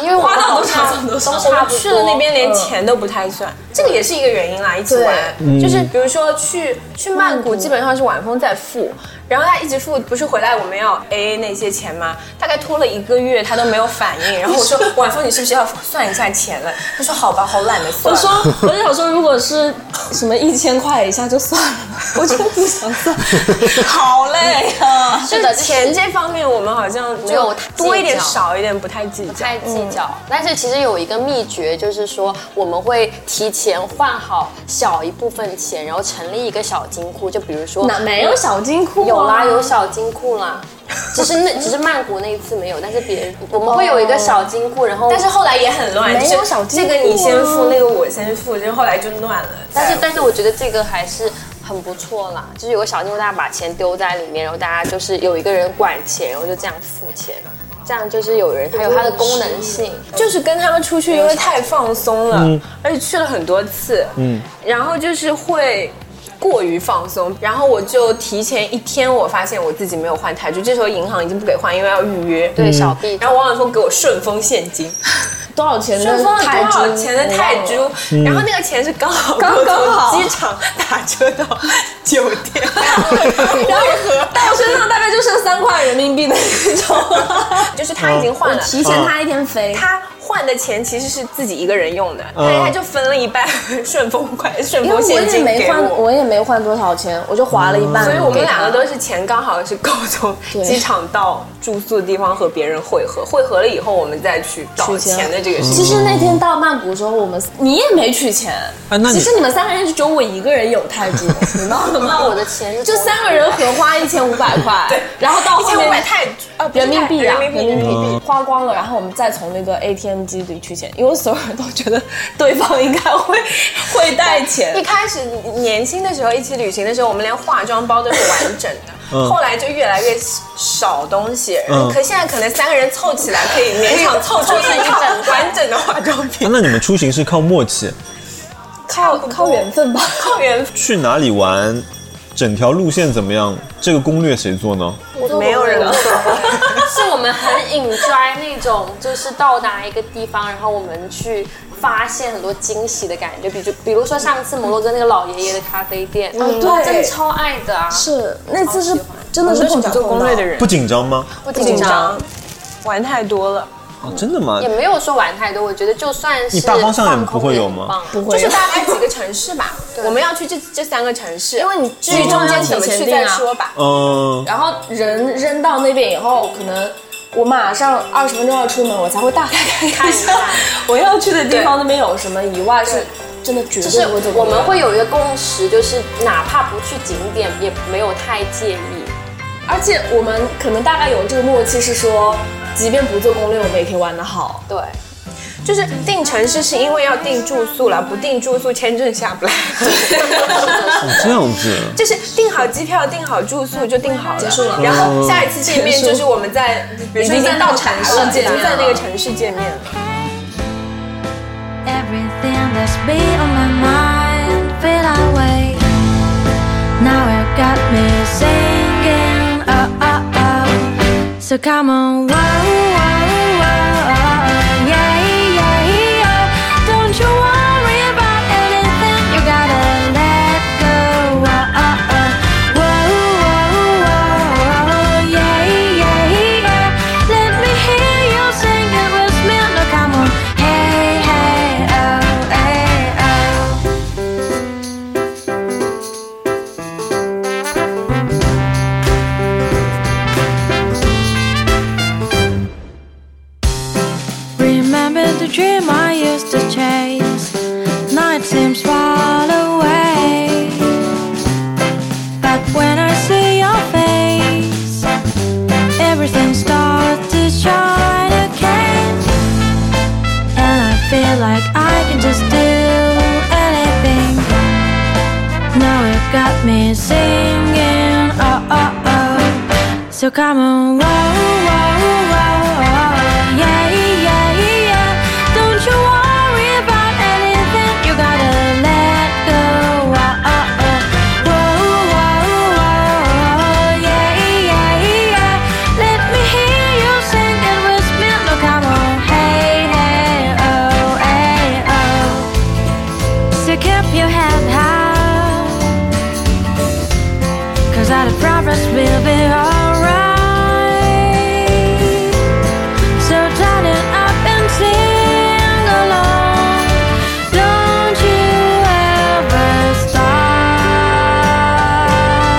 因为我花到们多少算多都少差我不多。去了那边连钱都不太算，这个也是一个原因啊啦。一起玩，就是比如说去去曼谷，基本上是晚风在付，然后他一直付，不是回来我们要 A A 那些钱吗？大概拖了一个月，他都没有反应。然后我说晚风，你是不是要算一下钱了？他说好吧，好懒得算。我说，我就想说，如果是什么一千块以下就算了，我真的不想 <laughs> 算。好累啊，是的 <laughs> 就是钱这方面我们好像没有就多一点计较少一点不太计不较。嗯太计较，但是其实有一个秘诀，就是说我们会提前换好小一部分钱，然后成立一个小金库，就比如说哪没有小金库、啊有啦，有。小金 <laughs> 库啦，只是那只是曼谷那一次没有，但是别人我们会有一个小金库，然后但是后来也很乱，没有就是小金这库个你先付，啊那个我先付，就是后来就乱了。但是但是我觉得这个还是很不错啦，就是有个小金库，大家把钱丢在里面，然后大家就是有一个人管钱，然后就这样付钱。这样就是有人还有它的功能性。就是跟他们出去，因为太放松了，而且去了很多次，嗯，然后就是会过于放松，然后我就提前一天，我发现我自己没有换泰铢，这时候银行已经不给换，因为要预约，对小臂然后王晓峰给我顺丰现金，多少钱顺的丰了泰多少铢？钱的泰铢？然后那个钱是刚好刚够刚好从机场打车到酒店， <laughs> 然后到我身上大概就剩三块人民币的那 <laughs> 种。就是他已经换了，提前啊他一天飞，他换的钱其实是自己一个人用的，嗯但是他就分了一半 <laughs> 顺丰快顺因为丰我现也金没给换，我。我也没换多少钱，我就划了一嗯半给他。所以我们两个都是钱刚好是够从机场到住宿的地方和别人汇合，汇合了以后我们再去找取钱钱的这嗯个事其情。实那天到曼谷的时候，我们你也没取钱。哎那你其实你们三个人就只有我一个人有泰 <laughs> 铢，你知道吗？那我的钱是就三个人合花一千五百块，然后到一后千五百面泰铢啊，不是人民币啊，泰人哦人民民币。币花光了，然后我们再从那个 ATM 机里取钱，因为所有人都觉得对方应该会 <laughs> 会带钱一。开始年轻的时候一起旅行的时候，我们连化妆包都是完整的，嗯后来就越来越少东西。嗯可现在可能三个人凑起来可以勉强凑出一套完整的化妆品。啊那你们出行是靠默契， <laughs> 靠靠缘分吧。靠缘去哪里玩，整条路线怎么样，这个攻略谁做呢？没有 <laughs> 人做， <laughs> 是我们很 enjoy 那种，就是到达一个地方，然后我们去发现很多惊喜的感觉。比如，比如说上次摩洛哥那个老爷爷的咖啡店，嗯，对真的超爱的啊！是那次好是喜欢真的是碰巧做碰攻到略的人不紧张吗？不不紧张，玩太多了。啊，真的吗也？没有说玩太多。我觉得就算是你大方向也不会有放吗空也很棒不就会是大概几个城市 <laughs> 吧，我们要去这这三个城市，因为你至于中间怎么去啊再说吧。嗯，然后人扔到那边以后，可能我马上二十分钟要出门，我才会大概看一下 <laughs> 我要去的地方那边有什么以外，是真的绝就是对不会走我过的们会有一个共识，就是哪怕不去景点，也没有太介意。而且我们可能大概有这个默契，是说，即便不做攻略，我们也可以玩得好。对，就是定城市是因为要定住宿了，不定住宿签证下不来。这样子，就是订好机票、订好住宿就订好了，结束了然后下一次见面就是我们在，比如说已经在在到那个城城市已见经面在那个了城市见面了。 Everything that's been on my mind fade away. Now it got me singing, oh oh oh. So come on, whoa whoa whoa, yeah yeah yeah. Don't you worry about anything, you gotta let go. Oh oh oh, whoa whoa whoa, yeah yeah yeah. Let me hear you sing it with me. No, come on, hey hey oh hey oh. Remember the dream I used to chase? Now it seems far away. But when I see your face, everything starts to shine again. And I feel like I can just do anything. Now it got me singing, oh oh oh. So come on, whoa whoa whoa, yeah yeah yeah. Don't you worry about anything, you gotta let go, oh oh oh. Whoa whoa whoa, yeah yeah yeah. Let me hear you sing and with me, no come on, hey hey oh hey oh. So keep your head high Cause all the progress will be alright So turn it up and sing along Don't you ever stop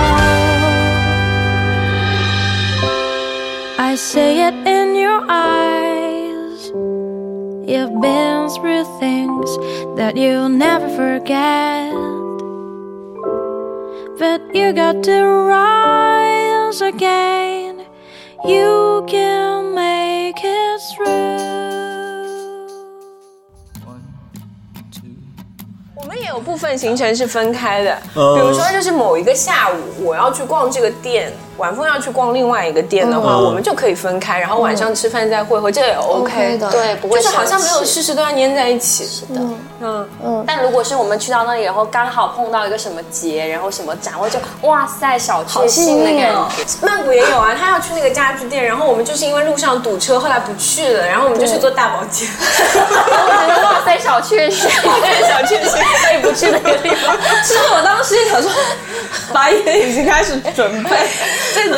I see it in your eyes You've been through things that you'll never forget. But you got to rise again. You can make it through. 我们也有部分行程是分开的，嗯比如说就是某一个下午我要去逛这个店，晚风要去逛另外一个店的话，我们就可以分开，然后晚上吃饭再汇合，这也 OK OK 的对，不会就是好像没有生气事事都要粘在一起。是的，嗯，但如果是我们去到那里，然后刚好碰到一个什么节，然后什么展，我就哇塞，小确幸的感哦觉。曼谷也有啊，他要去那个家具店，然后我们就是因为路上堵车，后来不去了，然后我们就去做大保 <laughs> 健。 <laughs> 我觉得哇塞，小确幸，小确 <laughs> 幸，所以不去那个地方。其实我当时也想说，白也已经开始准备，真的，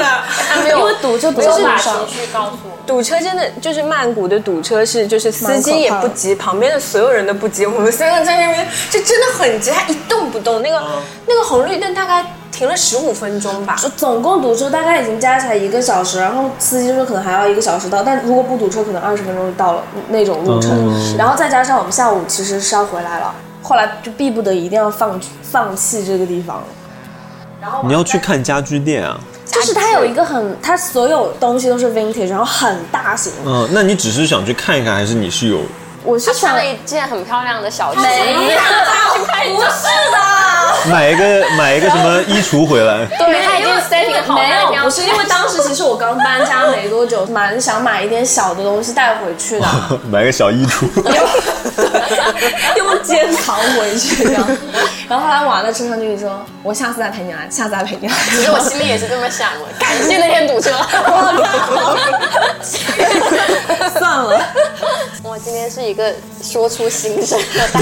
没有，因为堵就堵没有在把路情上绪告诉我。堵车真的就是曼谷的堵车是，就是司机也不急，旁边的所有人都不急，我们三个在那边就真的很急，他一动不动。那个、那个红绿灯大概停了十五分钟吧。嗯就总共堵车大概已经加起来一个小时，然后司机说可能还要一个小时到，但如果不堵车，可能二十分钟就到了那种路程。然后再加上我们下午其实是要回来了，后来就逼不得已一定要放放弃这个地方了。你要去看家居店啊？就是它有一个很，它所有东西都是 vintage，然后很大型。嗯，那你只是想去看一看，还是你是有？我是他穿想了一件很漂亮的小裙子，没有去拍照。买一个买一个什么衣橱回来？对，他已经 setting 好了，没他一定有，要不是因为当时其实我刚搬家没多久，蛮想买一点小的东西带回去 <laughs> 的， <laughs> 买个小衣橱？ <laughs> 用肩扛回去这样。 <laughs> 然后后来完了，陈上经理说：“我下次再陪你来，下次再陪你来。”其实我心里也是这么想的，感谢那天堵车。 <laughs> 算 <laughs> 了，我今天是一个说出心声的大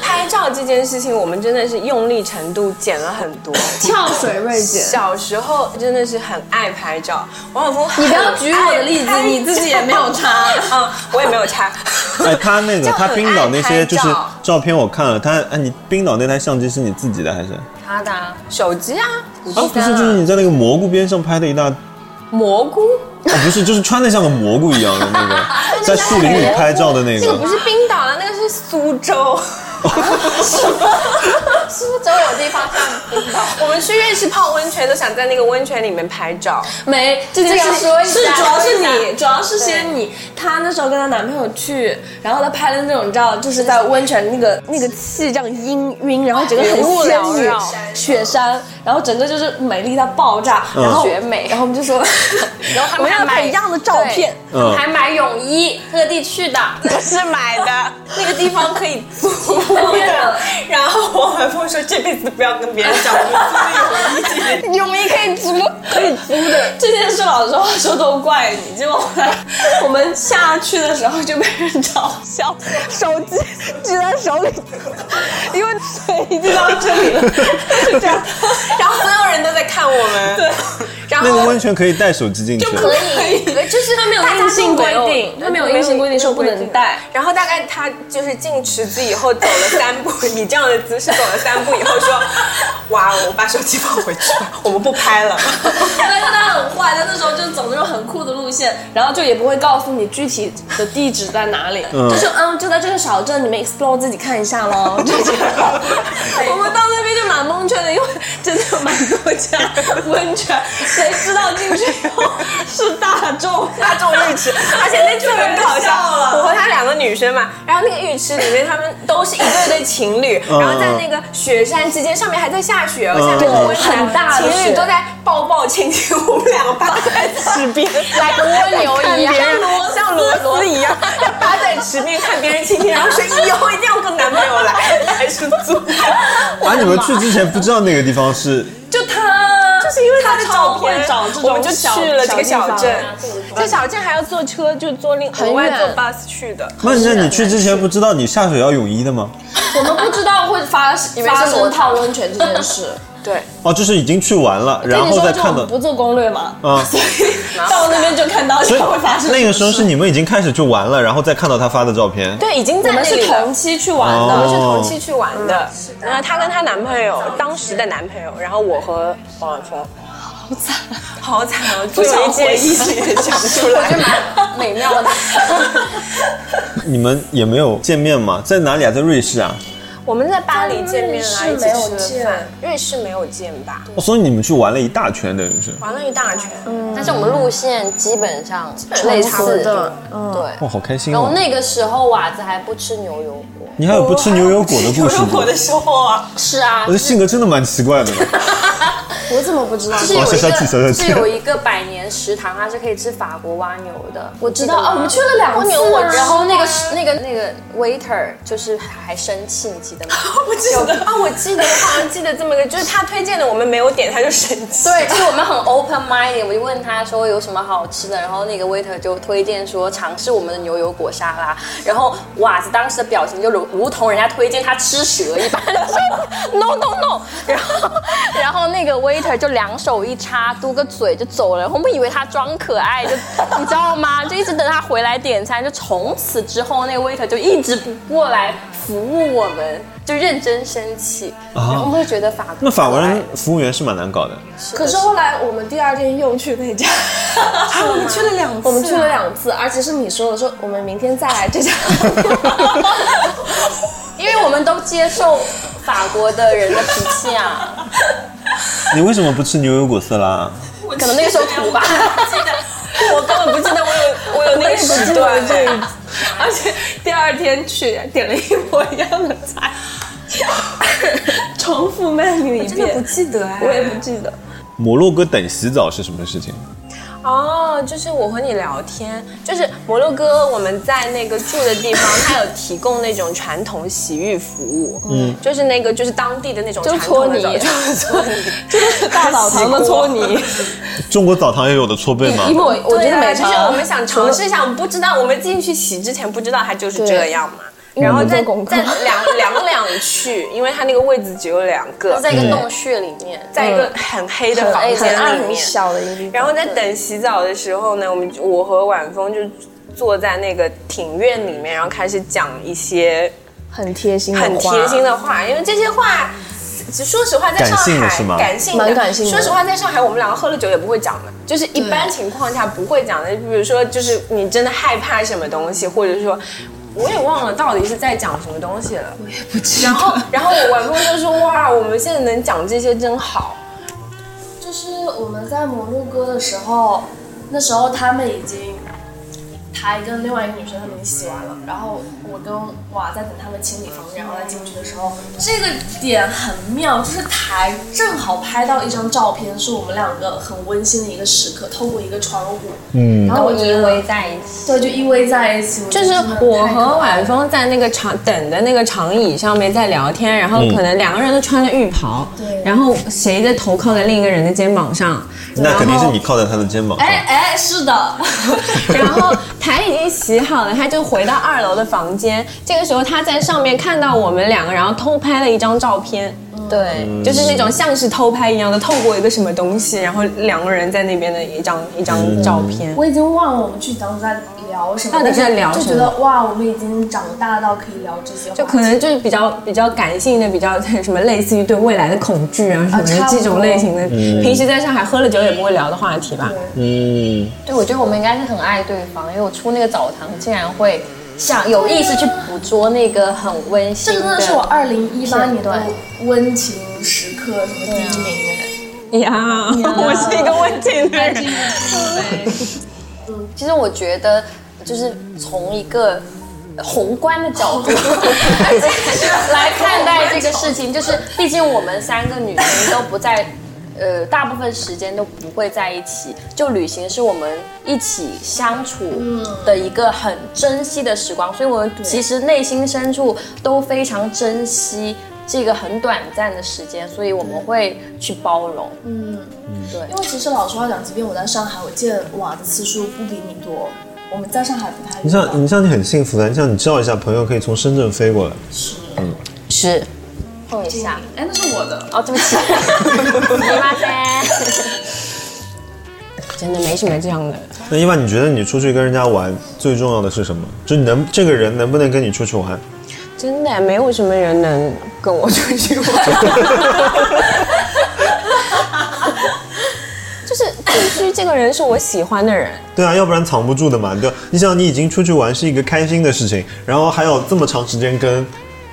拍照这件事情，我们真的是用力程度减了很多。跳水瑞姐，小时候真的是很爱拍照，王晓峰，你不要举我的例子，你自己也没有 <laughs> 差。啊，我也没有拆。 <laughs> 哎，他那个就很他爱冰岛那些拍就是照照片我看了，他哎，你冰岛那台相机是你自己的还是？啊，他的啊手机啊，五 G 哦不是，就是你在那个蘑菇边上拍的一大，哦，蘑菇，不是，就是穿的像个蘑菇一 <laughs> 样的那个，在树林里拍照的那那个个不。是冰岛的，那个是苏州。苏州有地方像冰岛，我们去瑞士泡温泉都想在那个温泉里面拍照，没，这件这事个说一下是主 <laughs> 要是你，主要是先你。她那时候跟她男朋友去，然后她拍的那种照，就是在温泉那个那个气这样氤氲，然后整个很雾仙缭女绕雪山，然后整个就是美丽到爆炸，嗯然后绝美然后我们就说， <laughs> 然后他我们们还要买拍一样的照片，对嗯还买泳衣，特地去的。不是买的，那个地方可以租。 <laughs> 啊然后王海峰说这辈子不要跟别人讲我们自己 <laughs> 有意见。泳衣可以租，可以租的。这件事老实话说都怪你，结果后来我们下去的时候就被人嘲笑，手机举在手里，因为水已经到这里了，这样 <laughs> 然后所有人都在看我们，对，然那个后温泉可以带手机进去，可以，就是他没有硬性规定他没有硬性规定说不能带。然后大概他就是进池子以后走了三步， <laughs> 以这样的姿势走了三步以后说，哇，我把手机放回去吧，我们不拍了。但是他很坏，他那时候就走那种很酷的路线，然后就也不会告诉你具体的地址在哪里，嗯就说嗯就在这个小镇，你们 explore 自己看一下喽。就这样，我们到那边就蛮蒙圈的，因为真的有蛮多家温泉，谁知道进去以后是大众。 <laughs> 大众浴池，而且那特别搞笑我和她两个女生嘛，然后那个浴池里面她们都是一对对情侣，嗯然后在那个雪山之间，上面还在下雪哦，下面是嗯温泉，很大情的侣雪都在抱抱亲亲，我们两 <laughs> 个趴在池边，来个蜗牛一样，像螺丝一样， <laughs> 趴在池边看别人亲亲，然后说以后一定要跟男朋友来，还是租。啊，你们去之前不知道那个地方是就他，就是因为他的照片找这种我们就小去了这个小。地镇方，这小镇还要坐车，就坐另很额外坐远 bus 去的。那那你去之前不知道你下水要泳衣的吗？我们不知道会发发生泡温泉这件事，对，哦，就是已经去完了，然后再看跟你说就我们到不做攻略嘛， <laughs> 啊， <laughs> 到那边就看到所以它会发生。那个时候是你们已经开始去玩了，然后再看到他发的照片。对，已经在我们那里是了。同期去玩的，哦我是同期去玩的，然后她跟她男朋友，当时的男朋友，然后我和王晓峰，好惨，好惨哦！不想一件回忆事情讲出来，美妙 <laughs> 的。你们也没有见面吗？在哪里啊？在瑞士啊？我们在巴黎见面啊了，一起瑞士没有吃了饭，瑞士没有见吧？哦所以你们去玩了一大圈，等于是。玩了一大圈，嗯但是我们路线基本上类差不似多，对。哇，好开心然后哦！那个时候瓦子还不吃牛油果，你还有不 <laughs> 吃牛油果的故事吗？的时候啊，是啊我，的性格真的蛮奇怪的呢。我怎么不 <laughs> 知道？是有往一下个记小小记是有一个百年食堂，它是可以吃法国蜗牛的。我知道啊，我们去了两蜗次、牛我，啊，然后那个那个那个 waiter 就是还生气，你记得吗？我记得啊，我记得，我好像记得这么个，就是他推荐的，我们没有点，他就生气。对，就是我们很 open minded，我就问他说有什么好吃的，然后那个 waiter 就推荐说尝试我们的牛油果沙拉，然后瓦子当时的表情就如如同人家推荐他吃蛇一般 <laughs> ，no no no，然后然后那个 waiter 就两手一插，嘟个嘴就走了，然后我们以为他装可爱，就你知道吗？就一直等他回来点餐，就从此之后那个 waiter 就一直不过来服务我们，就认真生气，然后我们就觉得法国那法国可爱人服务员是蛮难搞的，可是后来我们第二天又去那家，啊，我们去了两次，我们去了两次，而且是你说的，说我们明天再来这家。 <laughs> 因为我们都接受法国的人的脾气啊，你为什么不吃牛油果色拉？可能那个时候土吧。我根本不记得我有我有那个时段， <laughs> 而且第二天去点了一模一样的菜，重复 menu 一遍，真的不记得哎。我也不记得。摩洛哥等洗澡是什么事情？哦，就是我和你聊天，就是摩洛哥，我们在那个住的地方，它有提供那种传统洗浴服务，嗯，就是那个就是当地的那种就传统的搓泥就是搓泥，就是大澡堂的搓泥，中国澡堂也有的搓 <laughs> 背吗？因为我我对觉得啊，没就差。是我们想尝试一下，我们不知道，我们进去洗之前不知道它就是这样嘛。然后没再做功再课两两两去，因为它那个位置只有两个，在一个洞穴里面，在一个很黑的很房很间暗里很面。小的一个地方，然后在等洗澡的时候呢，我们就我和晚风就坐在那个庭院里面，然后开始讲一些很贴心，很贴心。的话，因为这些话。只说实话，在上感性海的是吗感性的蛮感性的说实话，在上海我们两个喝了酒也不会讲的，就是一般情况下不会讲的。比如说，就是你真的害怕什么东西，或者说。我也忘了到底是在讲什么东西了，我也不记得。然后，然后我晚风就说：“哇，我们现在能讲这些真好。就是我们在摩洛哥的时候，那时候他们已经，他跟另外一个女生他们已经洗完了，然后我跟瓦在等他们清理房间，然后再进去的时候，这个点很妙，就是台正好拍到一张照片，是我们两个很温馨的一个时刻，透过一个窗户，嗯，然后我觉依得偎在一起。对，就依偎在一起，”就是我和 <laughs> 晚风在那个长等的那个长椅上面在聊天，然嗯后可能两个人都穿着浴袍，对然后谁的头靠在另一个人的肩膀上，那肯定是你靠在他的肩膀上。哎哎，是的， <laughs> 然后台已经洗好了，他就回到二楼的房间。这个时候他在上面看到我们两个，然后偷拍了一张照片，对，就是那种像是偷拍一样的，透过一个什么东西，然后两个人在那边的一张一张照片。我已经忘了我们去当时在聊什么，到底在聊但是什就觉么得哇，我们已经长大到可以聊这些话题，就可能就是比较比较感性的，比较 <laughs> 什么类似于对未来的恐惧啊什么的啊差不这多种类型的，平时在上海喝了酒也不会聊的话题吧。嗯，对，我觉得我们应该是很爱对方，因为我出那个澡堂竟然会想有意识去捕捉那个很温馨这的。真的是我二零一八年的片温情时刻什么第一名哎，呀，我是一个温情的人。其实我觉得，就是从一个宏观的 <laughs> 角度来看待这个事情，就是毕竟我们三个女生都不在。呃，大部分时间都不会在一起，就旅行是我们一起相处的一个很珍惜的时光，所以我们其实内心深处都非常珍惜这个很短暂的时间，所以我们会去包容。因为其实老实话讲，即便我在上海，我见瓦的次数不比你多，我们在上海不太你遇到像你像你很幸福的，你像你叫一下朋友可以从深圳飞过来。是，碰一下，哎，那是我的，哦，对不起，すいません真的没什么这样的。那一般你觉得你出去跟人家玩最重要的是什么？就能这个人能不能跟你出去玩？真的没有什么人能跟我出去玩，就是必须这个人是我喜欢的人。对啊，要不然藏不住的嘛。对吧，你想你已经出去玩是一个开心的事情，然后还有这么长时间跟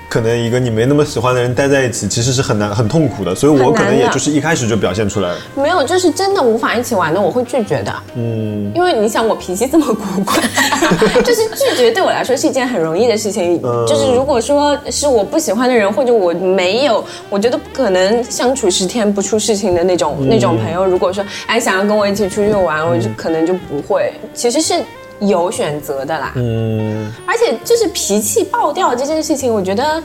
可能一个你没那么喜欢的人待在一起，其实是很难很痛苦的。所以我很难可能也的就是一开始就表现出来了。没有，就是真的无法一起玩的，我会拒绝的。嗯，因为你想，我脾气这么古 <laughs> 怪，就是拒绝对我来说是一件很容易的事情。嗯就是如果说是我不喜欢的人，或者我没有，我觉得不可能相处十天不出事情的那种、嗯那种朋友，如果说哎想要跟我一起出去玩，我就可能就不会。其实是。有选择的啦，嗯，而且就是脾气爆掉这件事情，我觉得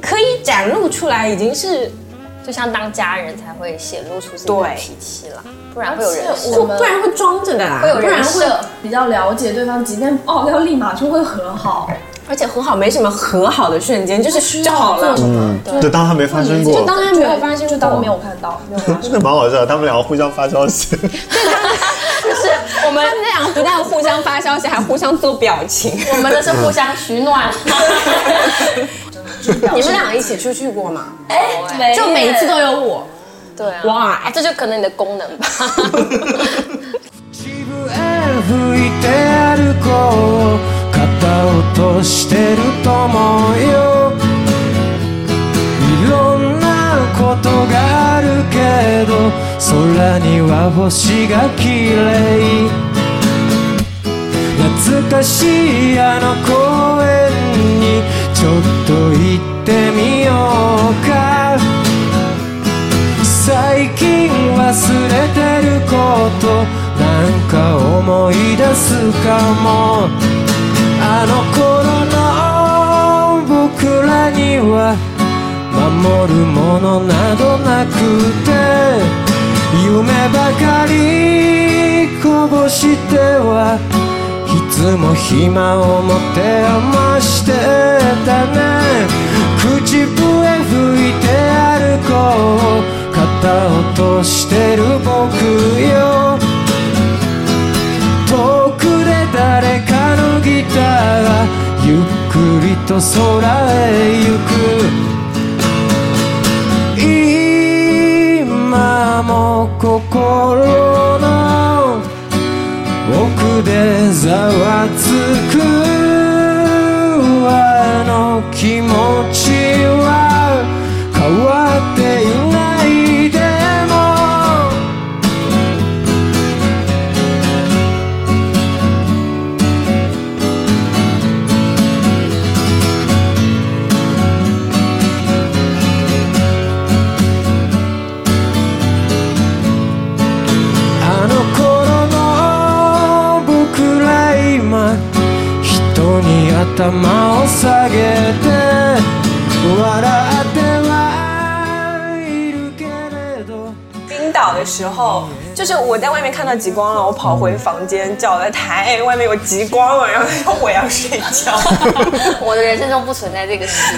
可以展露出来，已经是就像当家人才会显露出自己的对脾气了，不然会有人我就们不然会装着的啦，会有不然人会设。比较了解对方，即便爆料立马就会和好，而且和好没什么和好的瞬间，就是啊就好了嗯做。什么？对对，当他没发生过，当然没有发生就当我没有看到，没有发 <laughs> 真生。的蛮好笑的。他们两个互相发消 <laughs> 息，就是我们那样不但互相发消息，还互相做表情。 <laughs> 嗯我们的是互相取暖。你们俩一起出去过吗？哎没就每一次都有我。对啊，哇啊这就可能你的功能 <laughs> 吧。渋へ吹いて歩こう片落としてると思うよいろんなことがあるけど空には星が綺麗懐かしいあの公園にちょっと行ってみようか最近忘れてることなんか思い出すかもあの頃の僕らには守るものなどなくて夢ばかりこぼしてはいつも暇を持て余してたね口笛吹いて歩こう肩落としてる僕よ遠くで誰かのギターがゆっくりと空へ行く今も心の奥でざわつくあの気持ちは変わっていないでもあの頃の僕ら今人に頭を下げて笑ってはいるけれど冰岛的时候，就是我在外面看到极光了，我跑回房间叫了他，哎，外面有极光了，然后他说我要睡觉。 <laughs> 我的人生中不存在这个事，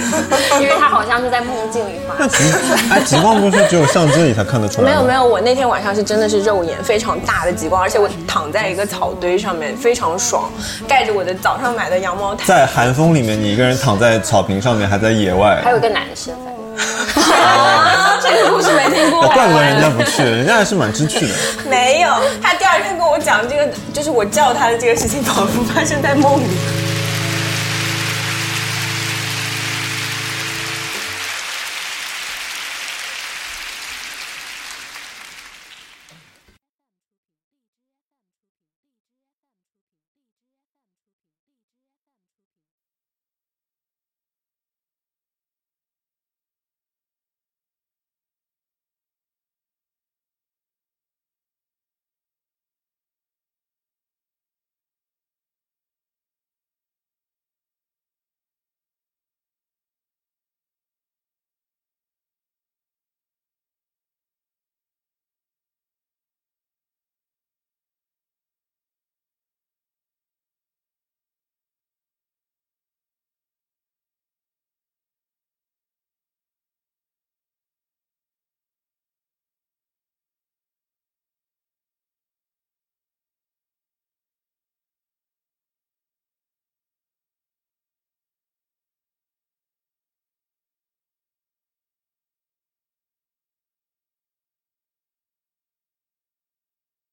因为它好像是在梦境里发生。哎，极光不是只有象征里才看得出来没有没有，有，我那天晚上是真的是肉眼非常大的极光，而且我躺在一个草堆上面，非常爽，盖着我的早上买的羊毛毯。在寒风里面，你一个人躺在草坪上面，还在野外还，有一个男生在那啊， <laughs> <laughs> 这个故事没听过。怪不得人家不去，人家还是蛮知趣的。没有，他第二天跟我讲这个，就是我叫他的这个事情，仿佛发生在梦里。